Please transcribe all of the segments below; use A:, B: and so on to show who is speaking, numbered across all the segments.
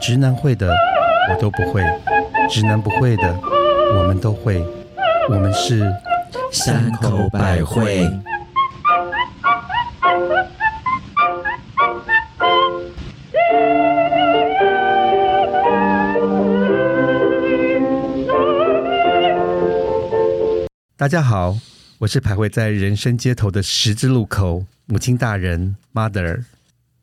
A: 直男会的我都不会，直男不会的我们都会，我们是
B: 山口百惠。
A: 大家好，我是徘徊在人生街头的十字路口母亲大人 Mother。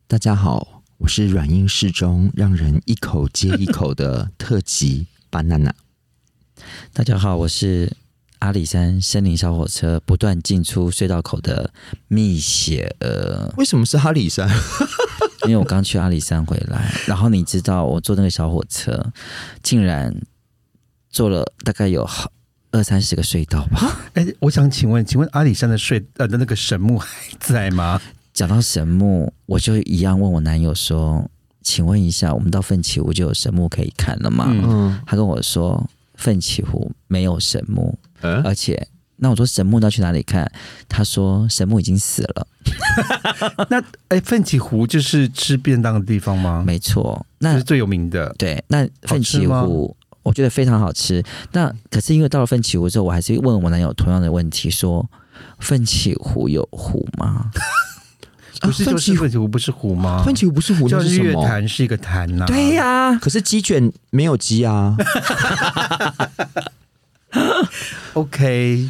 B: 大家好，我是软硬适中，让人一口接一口的特 级 banana。
C: 大家好，我是阿里山森林小火车不断进出隧道口的蜜雪儿，
B: 为什么是哈里山？
C: 因为我刚去阿里山回来，然后你知道我坐那个小火车，竟然坐了大概有好二三十个隧道吧。
A: 哎，我想请问，请问阿里山的睡呃的那个神木还在吗？
C: 讲到神木，我就一样问我男友说：“请问一下，我们到奋起湖就有神木可以看了吗？”
A: 嗯，
B: 嗯，
C: 他跟我说奋起湖没有神木，
B: 呃
C: 而且那我说神木要去哪里看？他说神木已经死了，
A: 那哎，奋起湖就是吃便当的地方吗？
C: 没错。
A: 这
C: 那
A: 是最有名的。
C: 对，那奋起
A: 好吃
C: 湖我觉得非常好吃。那可是因为到了奋起湖之后，我还是问我男友同样的问题，说奋起湖有湖吗？
A: 不是
B: 啊奋
A: 就是
B: 起湖
A: 奋起湖不是湖吗？
B: 番茄不是湖，
A: 叫
B: 那是什
A: 日月
B: 么？
A: 潭是一个潭呐、
C: 对呀、
B: 可是鸡卷没有鸡 啊。
A: OK，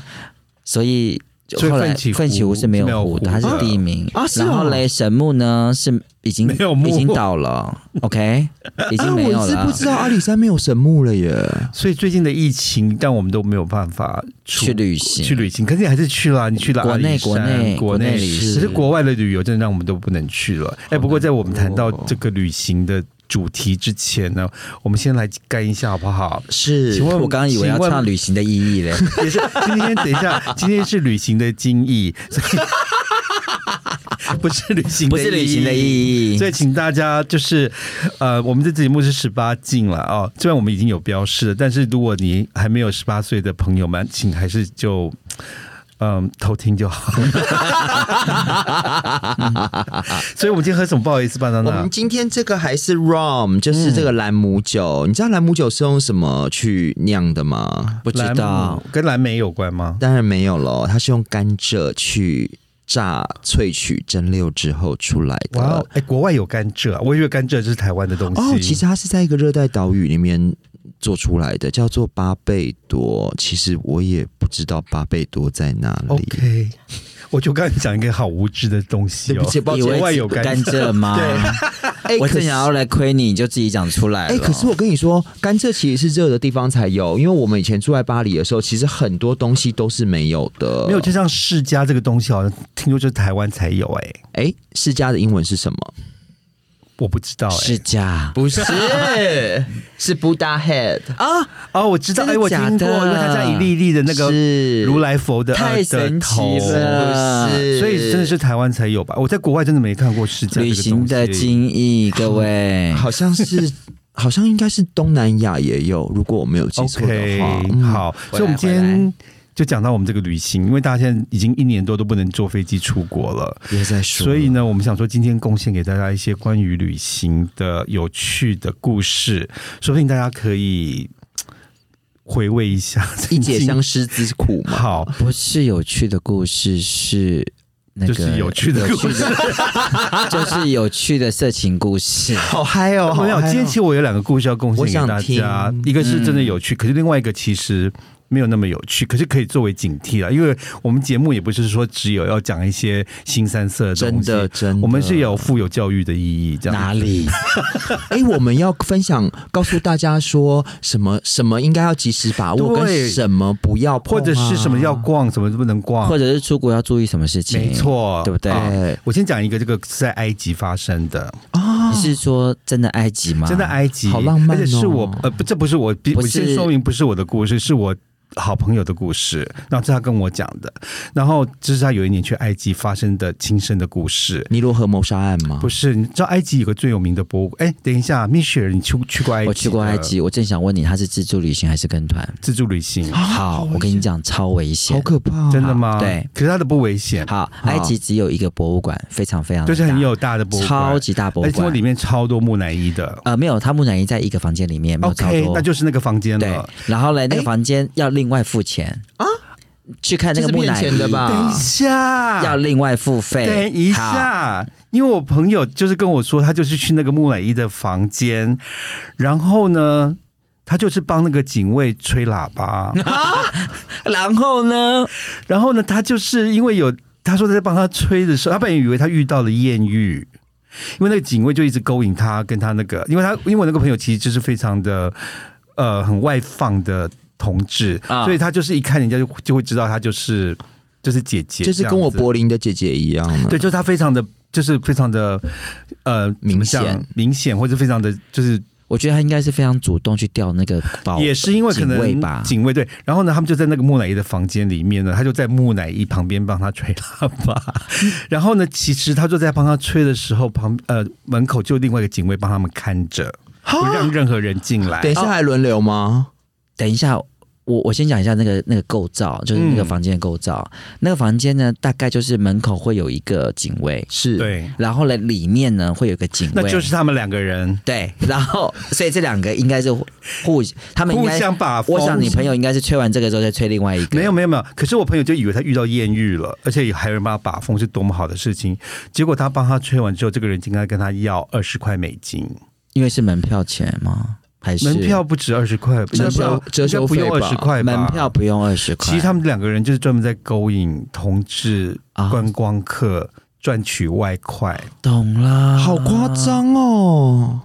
C: 所以。
A: 所以
C: 后来
A: 奋起湖
C: 奋起湖是没
A: 是没有
C: 有
A: 湖
C: 湖的，它是
A: 的
C: 第一名
B: 啊是哦
C: 然后嘞，神木呢是已经
A: 没有木
C: 已经倒了，OK，已
B: 啊，
C: 经没有
B: 我是
C: 了。
B: 不知道阿里山没有神木了耶。
A: 所以最近的疫情让我们都没有办法出
C: 去旅行
A: 去旅行，可是你还是去了，你去了
C: 国内
A: 阿里山
C: 国内
A: 国内
C: 国内旅行
A: 只是国外的旅游真的让我们都不能去了。哎，不过在我们谈到这个旅行的主题之前呢，我们先来干一下好不 好？
C: 是
A: 请问
C: 我刚刚以为要
A: 请问
C: 唱《旅行的意义》嘞，
A: 也是今天，等一下，今天是旅行的精益，所以 不是旅行的
C: 不是旅行的
A: 义。
C: 意义。
A: 所以请大家就是，呃，我们这节目是十八禁了哦。虽然我们已经有标示了，但是如果你还没有十八岁的朋友们，请还是就。嗯，偷听就 好。所以，我们今天喝什么？不好意思，巴拿
B: 我
A: 娜
B: 们。今天这个还是 rum，就是这个兰姆酒。你知道兰姆酒是用什么去酿的吗？
C: 不知
A: 蓝
C: 道
A: 莓跟蓝莓有关吗？
B: 当然没有喽，它是用甘蔗去榨、萃取、蒸馏之后出来的。
A: 哇哦，哎，国外有甘蔗啊，我以为甘蔗就是台湾的东西。
B: 哦，其实它是在一个热带岛屿里面做出来的，叫做巴贝多。其实我也不知道巴贝多在哪里。
A: OK，我就刚才讲一个好无知的东西
B: 对
A: 哦
B: 不起，抱
C: 以
B: 歉
A: 国
C: 为
A: 外有甘
C: 甘
A: 蔗，
C: 蔗吗？
B: 哎
C: 我
B: 可
C: 正
B: 是
C: 想要来亏你，你就自己讲出来了。
B: 哎、可是我跟你说，甘蔗其实是热的地方才有，因为我们以前住在巴黎的时候，其实很多东西都是没有的。
A: 没有，就像世家这个东西，好像听说就是台湾才有。哎，
B: 哎、世家的英文是什么？
A: 我不知道。哎
C: 是，假，
B: 不是，是 Buddha head
A: 哦，我知道，哎，
C: 真的
A: 我听
C: 假
A: 过，
C: 的
A: 因为它像一粒一粒的那个
B: 是
A: 如来佛的
C: 太神奇
A: 呃的头
C: 了。
B: 不是，
A: 所以真的是台湾才有吧？我在国外真的没看过世家这
C: 旅
A: 个
C: 行的
A: 东西。
C: 精益，各
A: 哎
C: 位。
B: 好像是，好像应该是东南亚也有，如果我没有记错的
A: OK，
B: 话。嗯，
A: 好，所以我们今
C: 回
A: 天就讲到我们这个旅行，因为大家现在已经一年多都不能坐飞机出国了。
B: 别再说了。
A: 所以呢，我们想说今天贡献给大家一些关于旅行的有趣的故事，说不定大家可以嘖回味一下。
B: 一解相思之苦嘛。
A: 好，
C: 不是有趣的故事，是那个
A: 就是有趣的故事，
C: 就是有趣的色情故事。
B: 好嗨哦！好
A: 没
B: 嗨
A: 有，
B: 哦
A: 今天其实我有两个故事要贡献给大家
B: 我想，嗯
A: 一个是真的有趣，可是另外一个其实。没有那么有趣，可是可以作为警惕啊了，因为我们节目也不是说只有要讲一些新三色的东
B: 真
A: 西，
B: 的真的，
A: 我们是有富有教育的意义，这样子
C: 哪里？
B: 哎、我们要分享，告诉大家说什么什么应该要及时把握，
A: 对
B: 跟什么不要碰啊、
A: 或者是什么要逛，什么不能逛
C: 或，者是出国要注意什么事情？
A: 没，错，
C: 对不对？
A: 啊
B: 对
A: 我先讲一个，这个是在埃及发生的，
B: 啊
C: 你是说真的埃及吗？
A: 真的埃及，
B: 好浪漫哦
A: 而且是我呃不，这不是我，
C: 不
A: 我
C: 是
A: 先说明不是我的故事，是我好朋友的故事，然后这是他跟我讲的，然后这是他有一年去埃及发生的亲身的故事。
B: 尼罗河谋杀案吗
C: 哦
A: 不？是，你知道埃及有个最有名的博物馆？哎，等一下，蜜雪儿，你去去过埃及？
C: 我去过埃，及，我正想问你，他是自助旅行还是跟团？
A: 自助旅行，
C: 好，我跟你讲，超危
B: 好
C: 险。
B: 可怕、啊！
A: 真的吗？
C: 对，
A: 可是它的不危险，
C: 好，埃及只有一个博物馆，非常非常
A: 就是很
C: 大
A: 有大的博物馆，哎
C: 超级大博
A: 而
C: 物
A: 且
C: 馆
A: 里。面超多木乃伊的。
C: 呃，没有，他木乃伊在一个房间里面，没有超
A: OK，
C: 多。
A: 那就是那个房间
C: 对啊
A: 了。，
C: 然后嘞，那个房间要另外付钱
A: 哎
C: 啊，去看那个木乃
B: 这是骗
C: 伊
B: 钱的吧
A: 等一下，
C: 要另外付费。
A: 等一
C: 好，
A: 下，因为我朋友就是跟我说，他就是去那个木乃伊的房间，然后呢，他就是帮那个警卫吹喇 叭，
C: 然后呢？
A: 然后呢，他就是因为有他说他在帮他吹的时候，他本来以为他遇到了艳遇。因为那个警卫就一直勾引他，跟他那个，因为他因为我那个朋友其实就是非常的，呃，很外放的同志，
C: 啊
A: 所以他就是一看人家就就会知道他就是就是姐姐，
B: 就是跟
A: 这
B: 我
A: 样子啊
B: 柏林的姐姐一样嘛。
C: 嗯
A: 对，就是他非常的，就是非常的，呃，怎么讲
B: 明显
A: 明显，或者非常的，就是
C: 我觉得他应该是非常主动去调那个保，
A: 也是因为可
C: 哦警
A: 能
C: 卫吧。
A: 警卫对，然后呢，他们就在那个木乃伊的房间里面呢，他就在木乃伊旁边帮他吹喇 叭，然后呢，其实他就在帮他吹的时候，旁呃门口就另外一个警卫帮他们看着，不让任何人进来
B: 等。一下还轮流吗？
C: 等一下，我我先讲一下那个那个构造，就是那个
A: 嗯
C: 房间的构造。那个房间呢，大概就是门口会有一个警卫，
B: 是，
A: 对，
C: 然后呢里面呢会有一个警卫，
A: 那就是他们两个人
C: 对，然后所以这两个应该是互，他们应
A: 互
C: 该，
A: 相把风。
C: 我想你朋友应该是吹完这个之后再吹另外一个，
A: 没有没有没有，可是我朋友就以为他遇到艳遇了，而且还有人帮他把风，是多么好的事情。结果他帮他吹完之后，这个人竟然跟他要二十块美金，
C: 因为是门票钱吗？还是
A: 门票？不止二十块，
B: 折收
A: 应该
B: 折收
A: 不用
B: 费
A: 二
B: 吧
A: 十块吧
C: 门票。不用二十块。
A: 其实他们两个人就是专门在勾引同志
C: 啊
A: 观光客。赚取外快，
C: 懂啦，
B: 好夸。张哦！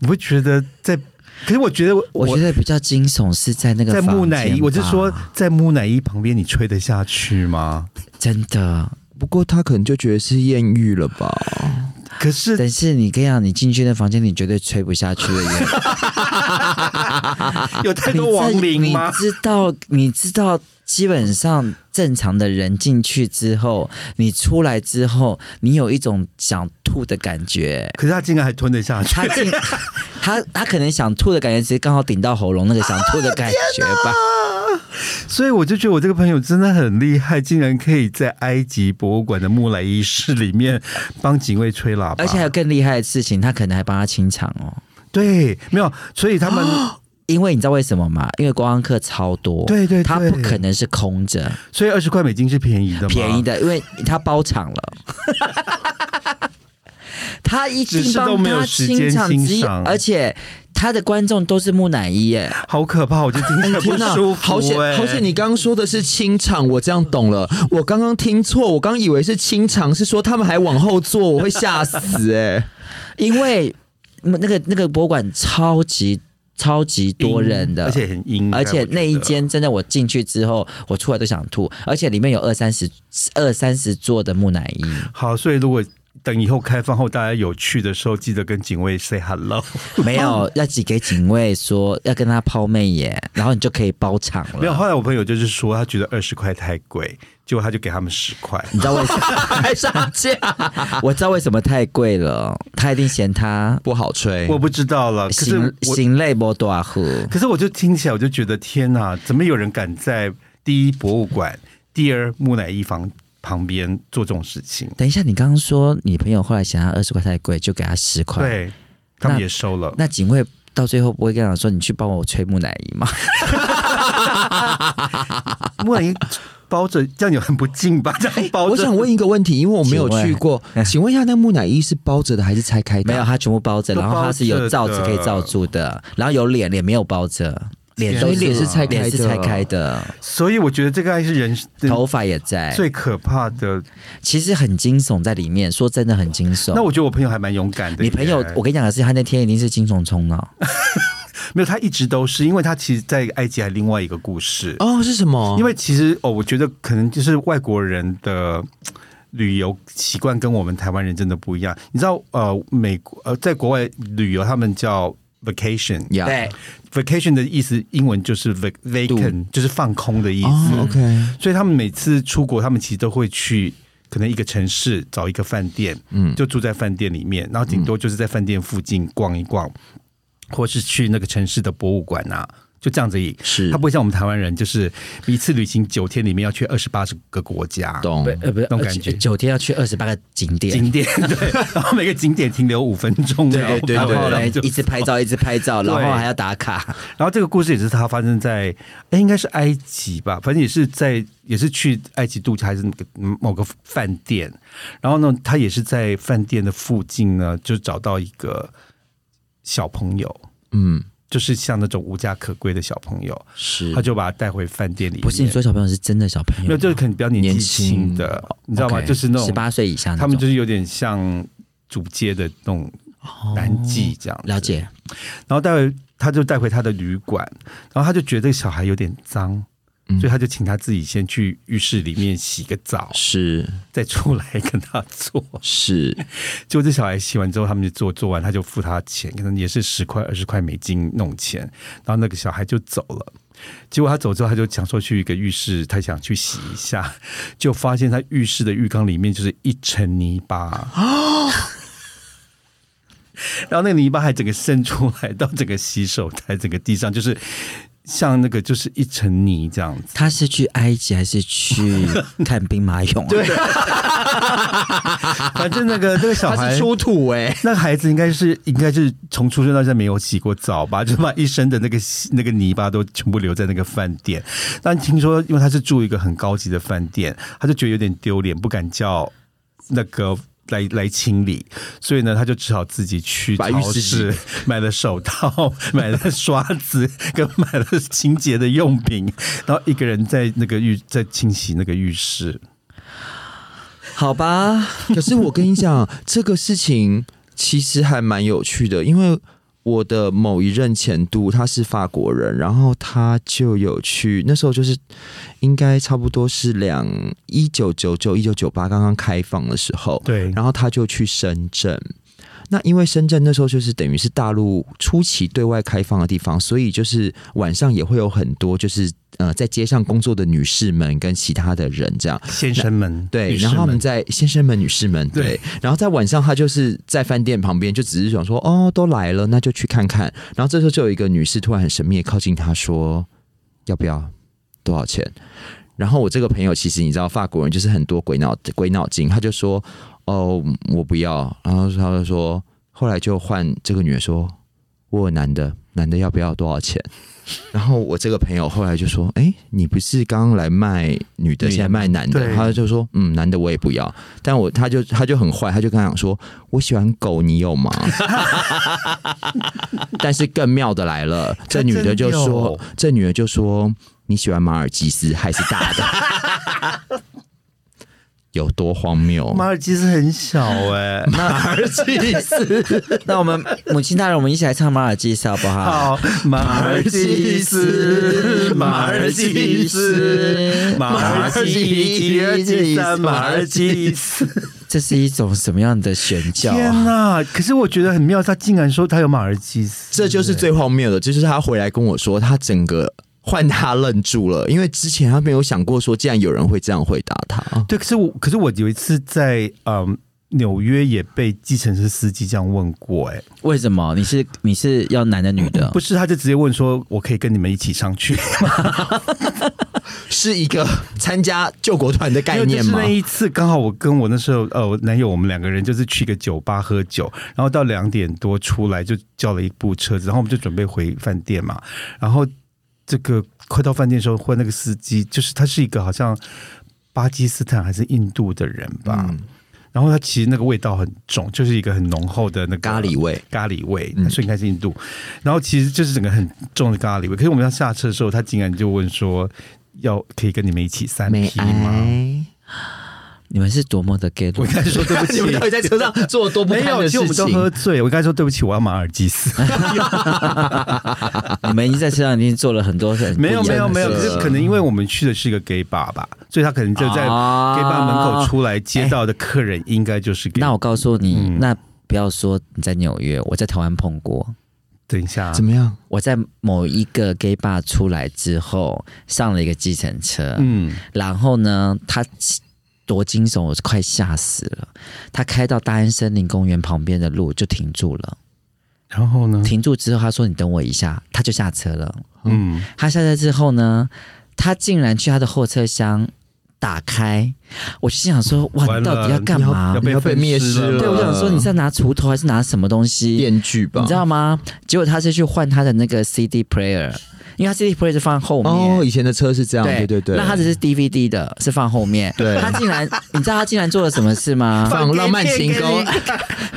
A: 你会觉得在？可是我觉得我，
C: 我觉得比较惊悚是在那个
A: 在木
C: 房
A: 乃伊，
C: 间
A: 我是
C: 吧
A: 说，在木乃伊旁边，你吹得下去吗？
C: 真的。
B: 不过他可能就觉得是艳遇了吧？
A: 可是
C: 但是你跟你讲，你进去那房间，你绝对吹不下去 的耶。
A: 有太多亡灵吗
C: 啊你？知道，你知道，基本上正常的人进去之后，你出来之后，你有一种想吐的感觉。
A: 可是他竟然还吞得下去，
C: 他 进他他可能想吐的感觉，只是刚好顶到喉咙那个想吐的感觉 吧。
A: 所以我就觉得我这个朋友真的很厉害，竟然可以在埃及博物馆的木乃伊室里面帮警卫吹喇叭，
C: 而且还有更厉害的事情，他可能还帮他清场哦。
A: 对，没有，所以他们、
C: 因为你知道为什么吗？因为观光客超多，
A: 对对对
C: 他不可能是空着，
A: 所以二十块美金是便宜的吗？
C: 便宜，的，因为他包场了。 他一
A: 只
C: 定
A: 是都
C: 帮
A: 没有
C: 他
A: 时间
C: 清场，
A: 欣
C: 只有
A: 赏
C: 而且他的观众都是木乃伊耶，
A: 好可怕，我就听着不舒服、欸
B: 好险！好险！你刚刚说的是清场，我这样懂了。我刚刚听错，我刚以为是清场，是说他们还往后坐，我会吓死哎、
C: 因为那个那个博物馆超级超级多人的，
A: 嗯而且很阴，
C: 而且那一
A: 我觉得。
C: 间真的，我进去之后，我出来都想吐，而且里面有二三十、二三十座的木乃 伊。
A: 好，所以如果等以后开放后，大家有去的时候，记得跟警卫 say hello。
C: 没有，要寄给警卫说要跟他抛媚眼，然后你就可以包场
A: 没有，
C: 了。
A: 后来我朋友就是说，他觉得二十块太贵，结果他就给他们十块。
C: 你知道为什么？
B: 还杀价，
C: 我知道为什么 太贵了，他一定嫌他
B: 不好吹。
A: 我不知道了，可是
C: 行
A: 我
C: 行累不多户。
A: 可是我就听起来，我就觉得天哪，怎么有人敢在第一博物馆、第二木乃伊房旁边做这种事情？
C: 等一下，你刚刚说你朋友后来嫌他二十块太贵，就给他十块。
A: 对，他们
C: 那
A: 也收了。
C: 那警卫到最后不会跟他讲说你去帮我吹木乃伊吗？
A: 木乃伊包着，这样也很不敬吧？这样
C: 哎
A: 包
B: 我
A: 着
B: 想，问一个问题，因为我没有
C: 请问
B: 去过，请问一下，那木乃伊是包着的还是拆开的？
C: 没有，，他全部包着，
A: 都
C: 然后他是有罩
A: 包
C: 子
A: 着的
C: 可以罩住的，然后有脸，脸没有包着，脸都
A: 所以脸是
B: 拆开的
C: 脸是拆开的，
A: 所以我觉得这个爱是人
C: 头发也在，
A: 最可怕的。
C: 其实很惊悚在里面，说真的很惊悚。
A: 那我觉得我朋友还蛮勇敢的耶。
C: 你朋友，我跟你讲的是，他那天一定是精虫啊冲脑，
A: 没有，他一直都是，因为他其实，在埃及还有另外一个故事，
B: 哦，是什么？
A: 因为其实哦，我觉得可能就是外国人的嘖旅游习惯跟我们台湾人真的不一样。你知道，呃，美国呃，在国外旅游他们叫 vacation。
B: 呀
C: 对啊
A: vacation 的意思英文就是 vac- vacant，就是放空的意思。
B: 哦，OK，
A: 所以他们每次出国，他们其实都会去可能一个城市找一个饭店，嗯，就住在饭店里面，然后顶多就是在饭店附近逛一逛，或是去那个城市的博物馆啊，就这样子而已。
B: 是
A: 他不会像我们台湾人，就是一次旅行九天里面要去二十八个国家，
B: 懂
C: 不呃不是
A: 那种
C: 呃
A: 感觉
C: 九九天要去二十八个景点，
A: 景点对，然后每个景点停留五分钟，
B: 对对对
A: 然后
B: 对
A: 然后
C: 来
B: 对
A: 然后就
C: 一直拍照，一直拍照，
A: 对
C: 然后还要打卡。
A: 然后这个故事也是他发生在，哎，应该是埃及吧，反正也是在，也是去埃及度假，还是某个嗯某个饭店。然后呢，他也是在饭店的附近呢，就找到一个小朋友，
B: 嗯，
A: 就是像那种无家可归的小朋友，
B: 是
A: 他就把他带回饭店里面。
C: 不是你说小朋友是真的小朋
A: 没有，
C: 友，
A: 就是可能比较年纪
B: 年轻
A: 轻的，你知道吗？
B: OK，
A: 就是那
C: 十
A: 种
C: 八岁以下那种，
A: 他们就是有点像主街的那种
C: 哦
A: 男妓这样子
C: 了解，
A: 然后带回他就带回他的旅馆，然后他就觉得这个小孩有点脏，所以他就请他自己先去浴室里面洗个澡，
B: 是
A: 再出来跟他做。
B: 是，
A: 结果这小孩洗完之后，他们就做做完，他就付他钱，可能也是十块二十块美金弄钱，然后那个小孩就走了。结果他走之后，他就想说去一个浴室，他想去洗一下， 就发现他浴室的浴缸里面就是一层泥巴。然后那个泥巴还整个渗出来到整个洗手台、整个地上，就是像那个就是一层泥这样子。
C: 他是去埃及还是去看兵马俑、啊？对，
A: 反正那个那个小
B: 他
A: 孩
B: 是出土哎，
A: 那个孩子应该是应该是从出生到现在没有洗过澡吧， 就把一身的那个那个泥巴都全部留在那个饭店。但听说，因为他是住一个很高级的饭店，他就觉得有点丢脸，不敢叫那个。来来清理，所以呢，他就只好自己去
B: 把浴
A: 超
B: 室洗
A: 市 买了手套， 买了刷子， 跟买了清洁的用品，然后一个人在那个浴在清洗那个浴室。
C: 好吧，
B: 可是我跟你讲，这个事情其实还蛮有趣的，因为我的某一任前度他是法国人，然后他就有去，那时候就是应该差不多是两一九九九一九九八刚刚开放的时候，
A: 对
B: 然后他就去深圳。那因为深圳那时候就是等于是大陆初期对外开放的地方，所以就是晚上也会有很多就是呃在街上工作的女士们跟其他的人这样。
A: 先生们，
B: 对，
A: 女士
B: 然后他
A: 们
B: 们在先生们、女士们，对，
A: 对
B: 然后在晚上，他就是在饭店旁边，就只是想说，哦，都来了，那就去看看。然后这时候就有一个女士突然很神秘的靠近他说，要不要？多少钱？然后我这个朋友其实你知道，法国人就是很多鬼脑鬼脑筋，他就说，哦，我不要。然后他就说，后来就换这个女的说，我有男的，男的要不要多少钱？然后我这个朋友后来就说：“哎，你不是刚刚来卖女的，
C: 女的
B: 现在卖男的？”
A: 对
B: 他就说：“嗯，男的我也不要。”但我他就他就很坏，他就跟他讲说：“我喜欢狗，你有吗？” 但是更妙的来了，这女的就
A: 真的
B: 说
A: 有：“
B: 这女的就说你喜欢马尔济斯还是大的？” 有多荒谬？
A: 马尔济斯很小哎、
B: 马尔济斯
C: 那我们母亲大人，我们一起来唱《马尔济斯》好不好？
A: 好，马尔济斯，马尔济斯，马尔济斯，一二三，马尔济斯。
C: 这是一种什么样的选教啊、
A: 天哪！可是我觉得很妙，他竟然说他有马尔济斯，
B: 这就是最荒谬的，就是他回来跟我说，他整个换他愣住了，因为之前他没有想过说，竟然有人会这样回答他。
A: 对。可是我，可是我有一次在嗯纽约也被计程车司机这样问过、哎，
C: 为什么？你是你是要男的女的？
A: 不是，他就直接问说，我可以跟你们一起上去？
B: 是一个参加救国团的概
A: 因为就
B: 念
A: 是
B: 吗
A: 那？一次刚好我跟我那时候呃我男友我们两个人就是去一个酒吧喝酒，然后到两点多出来就叫了一部车子，然后我们就准备回饭店嘛，然后这个快到饭店的时候，换那个司机就是他是一个好像巴基斯坦还是印度的人吧。
B: 嗯
A: 然后他其实那个味道很重，就是一个很浓厚的那个
B: 咖喱味嗯
A: 咖喱味，所以应该是印度。然后其实就是整个很重的咖喱味。可是我们要下车的时候，他竟然就问说：“要可以跟你们一起三 P 吗？”？
C: 你们是多么的 gay？
A: 我应该说对不
B: 你们到
A: 起。
B: 底在车上做了多不
A: 没
B: 堪
A: 有，
B: 的
A: 其实
B: 事
A: 我们都喝
B: 情？
A: 醉。我应该说对不起，我要马尔济斯。
C: 哎你们已经在车上已经做了很多很
A: 没有，
C: 不一
A: 没有，
C: 样的
A: 没有。
C: 事
A: 可是可能因为我们去的是一个 gay bar 吧，所以他可能就在 gay
C: 啊
A: bar 门口出来接到的客人应该就是 gay。
C: 那我告诉你，那不要说你在纽约，我在台湾碰过。
A: 等一下，啊
B: 怎么样？
C: 我在某一个 gay bar 出来之后，上了一个计程车，
A: 嗯，
C: 然后呢，他多惊悚，我快吓死了。他开到大安森林公园旁边的路就停住了，
A: 然后呢？
C: 停住之后他说：“你等我一下。”他就下车了。
A: 嗯，
C: 他下车之后呢，他竟然去他的后车厢打开，我就心想说：“哇，
A: 完
C: 你
A: 了
C: 到底要干嘛
A: 要
B: 你要被
A: 分
B: 灭
A: 尸
B: 尸
A: 了
B: 了
C: 对，我想说你是要拿锄头还是拿什么东西？
B: 电锯吧？
C: 你知道吗？结果他是去换他的那个 CD player，因为他 CD player 是放后面。
B: 哦，以前的车是这样，对对对。
C: 那他只是 DVD 的，是放后面。
B: 对
C: 他竟然，你知道他竟然做了什么事吗？
B: 放浪漫情歌，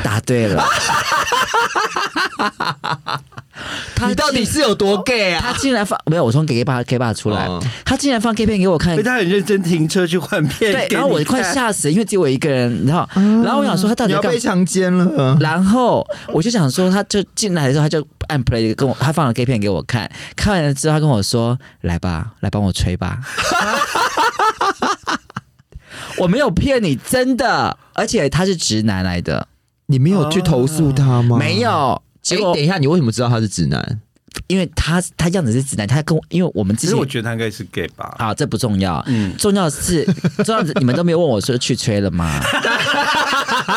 C: 答对 了。他
B: 你到底是有多 gay 啊？
C: 他竟然放没有，我从 gay 爸 gay 爸出来
B: 哦，
C: 他竟然放 gay 片给我看
A: 所以。他很认真停车去换片给
C: 对
A: 你看，，
C: 然后我快吓死，因为只有我一个人，你知道。然后我想说他到
B: 啊你
C: 底
B: 要
C: 干
B: 被强奸了？
C: 然后我就想说，他就进来的时候，他就按 play 跟我，他放了 gay 片给我看，看完了之后，他跟我说：“来吧，来帮我吹 吧。”我没有骗你，真的，而且他是直男来的，
B: 你没有去投诉他吗？
C: 没。有。结
B: 结
C: 果
B: 哎果，等一下，你为什么知道他是直男？
C: 因为他他样子是直男，他跟我，因为我们
A: 其
C: 之
A: 实我
C: 前
A: 觉得他应该是 gay 吧。
C: 好，这不重要，
A: 嗯
C: 重要的是重要的是你们都没有问我说去吹了吗？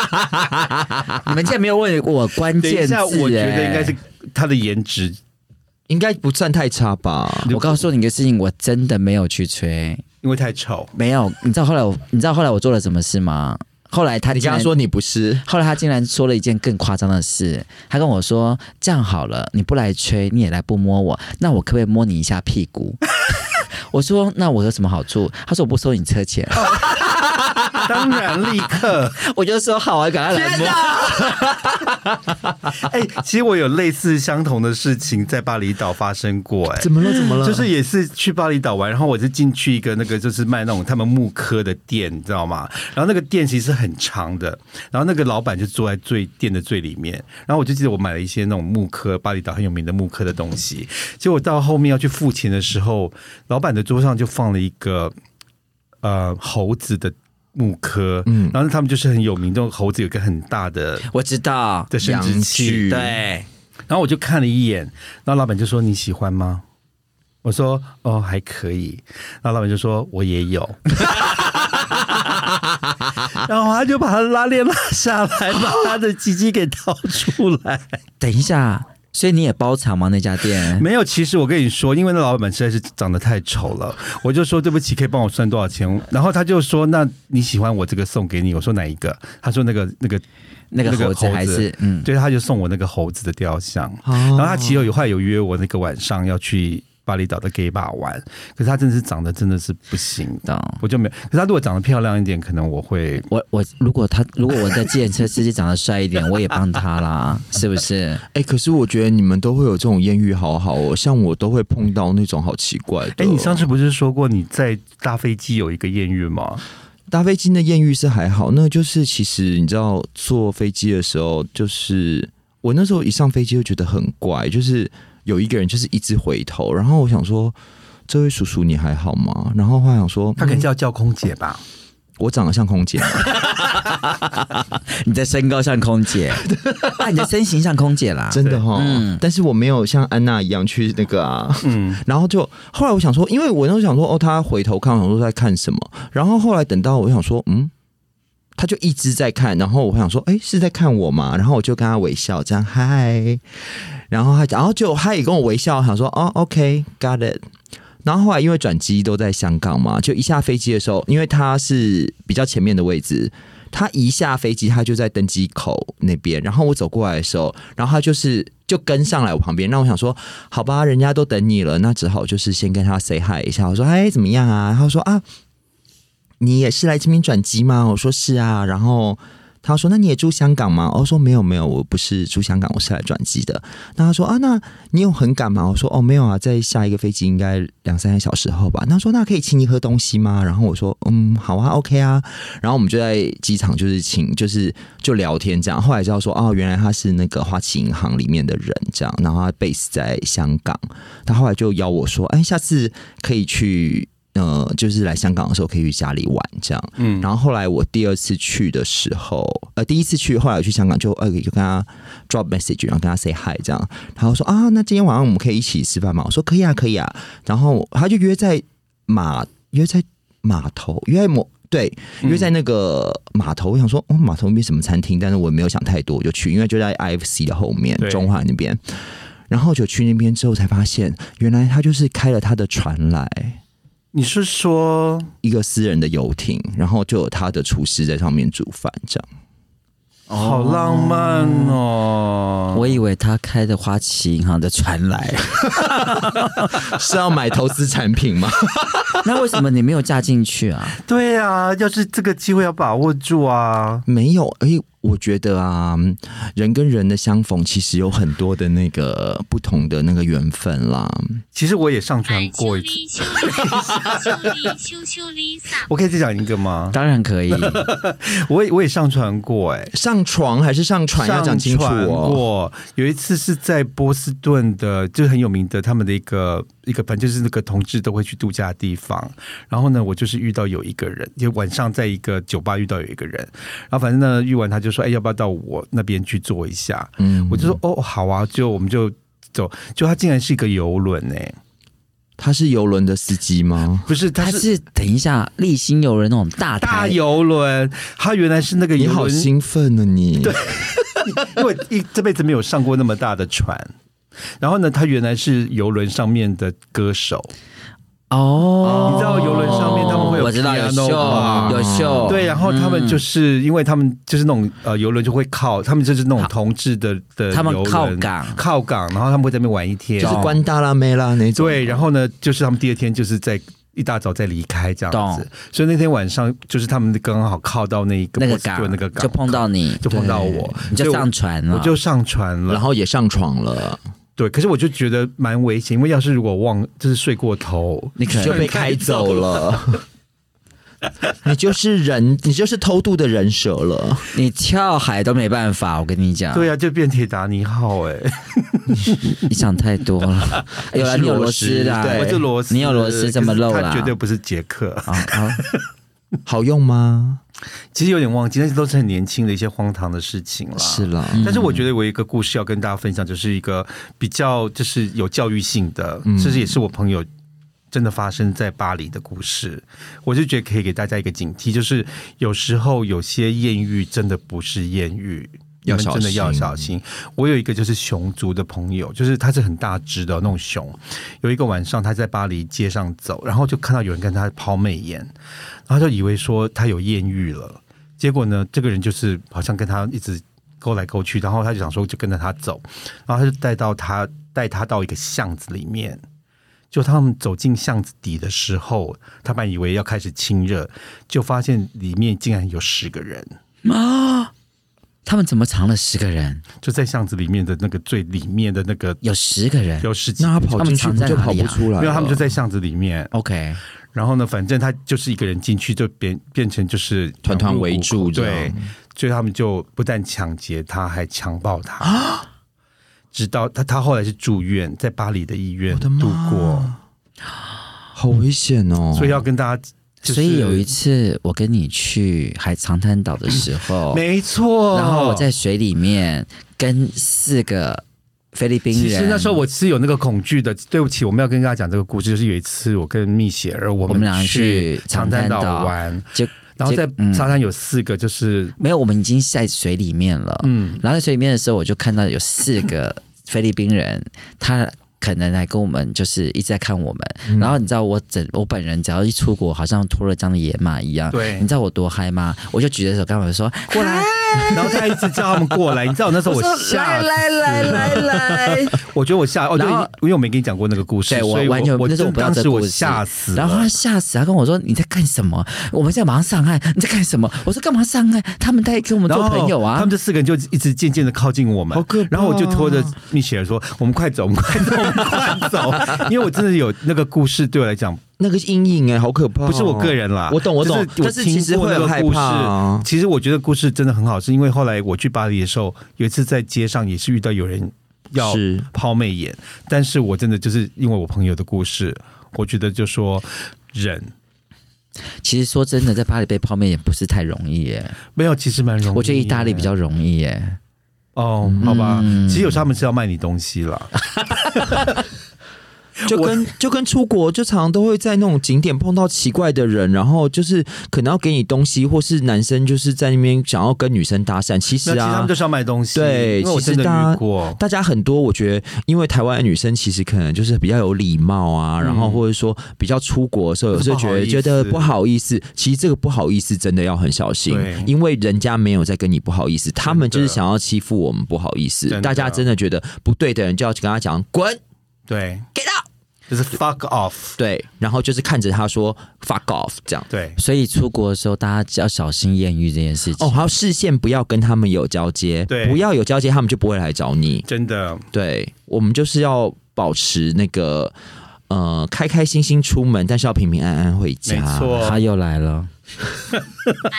C: 你们竟然没有问我关
A: 等一
C: 键字、
A: 下，我觉得
C: 哎
A: 应该是他的颜值，
B: 应该不算太差吧？
C: 我告诉你一个事情，我真的没有去吹，
A: 因为太丑。
C: 没有。你知道后来我，你知道后来我做了什么事吗？后来他
B: 你
C: 竟
B: 刚
C: 然
B: 刚，说你不是，
C: 后来他竟然说了一件更夸张的事，他跟我说：“这样好了，你不来吹，你也来不摸我，那我可不可以摸你一下屁股？” 我说：“那我有什么好处？”他说：“我不收你车钱。
A: 哦当然，立刻。”
C: 我就说：“好啊，赶快来摸。
A: 哎、其实我有类似相同的事情在巴厘岛发生过、哎，
B: 怎么了？怎么了？
A: 就是也是去巴厘岛玩，然后我就进去一个那个就是卖那种他们木科的店，你知道吗？然后那个店其实很长的，然后那个老板就坐在最店的最里面，然后我就记得我买了一些那种木科巴厘岛很有名的木科的东西，结果到后面要去付钱的时候，老板的桌上就放了一个呃猴子的木科，嗯，然后他们就是很有名，这种猴子有一个很大的”
C: 我知道，
A: 的生殖
B: 洋
A: 器，
B: 具
C: 对，
A: 然后我就看了一眼，然后老板就说：“你喜欢吗？”我说：“哦，还可以。”然后老板就说：“我也有。” 然后他就把他拉链拉下来，把他的鸡鸡给掏出来。
C: 等一下，所以你也包场吗？那家 店？
A: 没有，其实我跟你说，因为那老板实在是长得太丑了，我就说对不起，可以帮我算多少钱？然后他就说：“那你喜欢我这个送给你？”我说：“哪一个？”他说：“那个那个
C: 那个猴子还是嗯，
A: 对，他就送我那个猴子的雕像。
B: 哦
A: 然后他其实有后来有约我那个晚上要去巴厘岛的 gay bar 玩，可是他真的是长得真的是不行，
C: 懂。
A: 我就没有。可是他如果长得漂亮一点，可能我会。
C: 我我如果他如果我的计程车司机长得帅一点，我 也帮他啦，是不是？
B: 哎、可是我觉得你们都会有这种艳遇，好好哦。像我都会碰到那种好奇怪的。
A: 哎、你上次不是说过你在搭飞机有一个艳遇吗？
B: 搭飞机的艳遇是还好，那就是其实你知道坐飞机的时候，就是我那时候一上飞机就觉得很怪，就是有一个人就是一直回头，然后我想说。这位叔叔，你还好吗？然后后来想说，嗯
A: 他可能叫叫空姐吧。
B: 我长得像空姐吗，
C: 你的身高像空姐， 啊，你的身形像空姐啦。
B: 真的哈、
C: 嗯
B: 但是我没有像安娜一样去那个啊，
A: 嗯，
B: 然后就后来我想说，因为我那时候想说，哦，他回头看，我想说在看什么。然后后来等到我想说，嗯，他就一直在看。然后我想说，哎，是在看我吗？然后我就跟他微笑，这样嗨。然后他，然后就他也跟我微笑，我想说，哦，OK，got、it。然后后来因为转机都在香港嘛，就一下飞机的时候，因为他是比较前面的位置。他一下飞机，他就在登机口那边，然后我走过来的时候，然后他就是就跟上来我旁边，那我想说，好吧，人家都等你了，那只好就是先跟他 say hi 一下。我说：“哎，怎么样啊？”他说：“啊，你也是来这边转机吗？”我说：“是啊。”然后他说：“那你也住香港吗？”我说：“没有，没有，我不是住香港，我是来转机的。”那他说：“啊，那你有很赶吗？”我说：“哦，没有啊，在下一个飞机应该两三个小时后吧。”那他说：“那可以请你喝东西吗？”然后我说：“嗯，好啊，OK 啊。”然后我们就在机场就是请就是就聊天这样，后来知道说哦，原来他是那个花旗银行里面的人这样，然后他 base 在香港，他后来就邀我说，哎，下次可以去。呃，就是来香港的时候可以去家里玩这样。
A: 嗯，
B: 然后后来我第二次去的时候，呃，第一次去，后来我去香港就呃就跟他 drop message，然后跟他 say hi 这样。然后说啊，那今天晚上我们可以一起吃饭吗？我说可以啊，可以啊。然后他就约在码约在码头，约在某对
A: 嗯
B: 约在那个码头。我想说，哦，码头那边什么餐厅？但是我也没有想太多，我就去，因为就在 IFC 的后面
A: 对，
B: 中环那边。然后就去那边之后才发现，原来他就是开了他的船来。
A: 你是说
B: 一个私人的游艇，然后就有他的厨师在上面煮饭，这样
A: 好浪漫哦？
C: 我以为他开的花旗银行的船 来，
B: 是要买投资产品吗？
C: 那为什么你没有嫁进去啊？
A: 对啊，要是这个机会要把握住啊！
B: 没有，哎、我觉得啊，人跟人的相逢其实有很多的那个不同的那个缘分啦。
A: 其实我也上船
D: 哎
A: 过
D: 咻
A: 一次，
D: 哩咻哩咻哩咻咻哩撒
A: 我可以再讲一个吗？
C: 当然 可以，
A: 我也我也上船过、哎。
B: 上床还是上船要讲清楚
A: 上传
B: 哦。
A: 过有一次是在波士顿的，就是很有名的他们的一个一个，反正就是那个同志都会去度假的地方。然后呢，我就是遇到有一个人，就晚上在一个酒吧遇到有一个人，然后反正呢遇完他就说：“哎，要不要到我那边去坐一下？”
B: 嗯
A: 我就说：“哦，好啊。”就我们就走，就他竟然是一个游轮哎、
B: 他是游轮的司机吗？
A: 不是，他
C: 他
A: 是
C: 是等一下立新游人那种大台
A: 大游轮，他原来是那个
B: 你
A: 游
B: 好
A: 轮
B: 兴奋呢、你对，
A: 因为一这辈子没有上过那么大的船。然后呢，他原来是游轮上面的歌手，
C: 哦，
A: 你知道游轮上面他们会有
C: 我知道有
A: piano 嘛
C: 秀有秀，
A: 对，然后他们就是、因为他们就是那种呃游轮就会靠，他们就是那种同志的的
C: 他们
A: 游轮
C: 靠港
A: 靠港，然后他们会在那边玩一天，
B: 就是关大拉梅拉那种。
A: 对，然后呢，就是他们第二天就是在。一大早再离开这样子
C: 懂，
A: 所以那天晚上就是他们刚好靠到那一个
C: 那个
A: 波士顿
C: 港
A: 那个港
C: 就碰到你，
A: 就碰到我，
C: 你
A: 所
C: 就
A: 以我
C: 上船了，
A: 我就上船了，
B: 然后也上床了，
A: 对，可是我就觉得蛮危险，因为要是如果忘就是睡过头，
C: 你可能
B: 就被开走了。 你就是人，你就是偷渡的人蛇了。
C: 你跳海都没办法，我跟你讲，
A: 对啊，就变铁达尼号哎、
C: 你想太 多了。 有啦，
B: 是
C: 你有
B: 螺
C: 螺
B: 丝
C: 丝啦，
B: 对
A: 我就螺丝，
C: 你有螺丝这么啊漏
A: 可是
C: 啦
A: 它绝对不是杰克。
C: 啊 啊！
B: 好用吗？
A: 其实有点忘记，但是都是很年轻的一些荒唐的事情啦。
B: 是啦，
A: 但是我觉得我有一个故事要跟大家分享，就是一个比较就是有教育性的，这是也是我朋友真的发生在巴黎的故事。我就觉得可以给大家一个警惕，就是有时候有些艳遇真的不是艳遇。你
B: 要
A: 们
B: 小
A: 真的要小心。我有一个就是熊族的朋友，就是他是很大只的那种熊。有一个晚上，他在巴黎街上走，然后就看到有人跟他抛媚眼，然后就以为说他有艳遇了。结果呢，这个人就是好像跟他一直勾来勾去，然后他就想说就跟着他走，然后他就带到他带他到一个巷子里面。就他们走进巷子底的时候，他们以为要开始亲热，就发现里面竟然有十个人，
C: 他们怎么藏了十个人？
A: 就在巷子里面的那个最里面的那个
C: 有十个人
A: 有十几，
B: 那他跑进去不就跑不出来了？
A: 啊没有他们就在巷子里面。
C: ，OK，
A: 然后呢，反正他就是一个人进去，就变变成就是
B: 团团围住这
A: 对
B: 样，
A: 所以他们就不但抢劫他，还强暴他，直到他他后来是住院，在巴黎的医院
B: 我的妈
A: 度过，
B: 好危险哦！
A: 所以要跟大家、就是，
C: 所以有一次我跟你去海长滩岛的时 候，
A: 没错，
C: 然后我在水里面跟四个菲律宾人，
A: 其实那时候我是有那个恐惧的。对不起，我们要跟大家讲这个故事，就是有一次我跟蜜雪儿，我
C: 我们俩
A: 俩
C: 去
A: 长
C: 长
A: 滩
C: 滩岛
A: 岛玩，
C: 就
A: 然后在
C: 结嗯
A: 沙滩有四个，就是
C: 没有，我们已经在水里面了。
A: 嗯
C: 然后在水里面的时候，我就看到有四 个菲律宾人，他可能来跟我们就是一直在看我们。
A: 嗯
C: 然后你知道我整我本人只要一出国，好像脱了缰的野马一样。
A: 对
C: 你知道我多嗨吗？我就举着手跟他 们说过来，
A: 然后他一直叫他们过来，你知道我那时候我
C: 说
A: 吓
C: 来
A: 死
C: 来来
A: 了
C: 来来。
A: 我觉得我吓哦，对，
C: 然后
A: 因为我没跟你讲过那个故事，
C: 对
A: 所以
C: 完全
A: 我
C: 那是我
A: 真
C: 不要
A: 当
C: 这
A: 时
C: 故
A: 我
C: 事
A: 吓死了，
C: 然后他吓死，他跟我说你在干什么？我们在马上上岸，你在干什么？我说干嘛上岸？他们在跟我们
A: 然
C: 做
A: 后
C: 朋友啊。
A: 他们这四个人就一直渐渐的靠近我们，
B: 好可怕啊
A: 然后我就拖着蜜雪儿说：“我们快走，我们快走，我们快 走！”因为我真的有那个故事，对我来讲
B: 那个阴影哎，好可怕哦！
A: 不是我个人啦，
B: 我懂我懂
A: 就是我
B: 但是其实
A: 听过
B: 会
A: 那个
B: 很害
A: 故事
B: 怕啊
A: 其实我觉得故事真的很好，是因为后来我去巴黎的时候，有一次在街上也是遇到有人要
B: 是
A: 抛媚眼，但是我真的就是因为我朋友的故事，我觉得就说忍？
C: 其实说真的，在巴黎被泡面也不是太容易耶，
A: 没有，其实蛮容易。
C: 我觉得意大利比较容易耶。
A: 哦，好吧。
C: 嗯
A: 其实有时候他们是要卖你东西啦。
B: 就跟就跟出国，就常常都会在那种景点碰到奇怪的人，然后就是可能要给你东西，或是男生就是在那边想要跟女生搭讪。
A: 没
B: 其
A: 有
B: 实
A: 其实他
B: 啊
A: 们就，是要卖东西。
B: 对
A: 因为我
B: 其实
A: 真的
B: 大
A: 遇
B: 家
A: 过。
B: 大家很多我觉得，因为台湾的女生其实可能就是比较有礼貌啊，然后或者说比较出国的时候，有时候觉得
A: 嗯不好意思
B: 觉得不好意思。其实这个不好意思真的要很小心
A: 对，
B: 因为人家没有在跟你不好意思，他们就是
A: 真的
B: 想要欺负我们不好意思
A: 真。的
B: 大家真的觉得不对的人就要跟他讲滚。
A: 对，
B: Get out！
A: 就是 fuck off。
B: 对，然后就是看着他说 “fuck off” 这样。
A: 对，
C: 所以出国的时候，大家要小心艳遇这件事情。
B: 哦，还有视线不要跟他们有交接，
A: 对
B: 不要有交接，他们就不会来找你。
A: 真的。
B: 对，我们就是要保持那个呃开开心心出门，但是要平平安安回家。
A: 没错
C: 他又来了，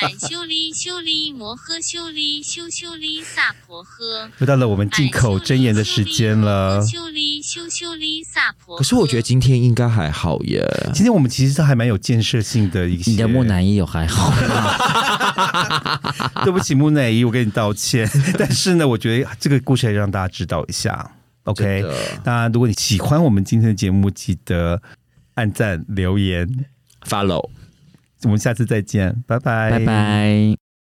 D: 俺修理修理摩诃修理修修理萨婆诃。
A: 又到了我们进口
D: 哎
A: 真言的时间了。
D: 修理修修理萨婆诃。
B: 可是我觉得今天应该还好耶。
A: 今天我们其实都还蛮有建设性的一些。
C: 你的木乃伊有还好吗？
A: 对不起，木乃伊，我跟你道歉。 但是呢，我觉得这个故事还是让大家知道一下。OK，
B: 真的
A: 那如果你喜欢我们今天的节目，记得按赞留言。
B: follow。
A: 我们下次再见，拜拜，
C: 拜拜。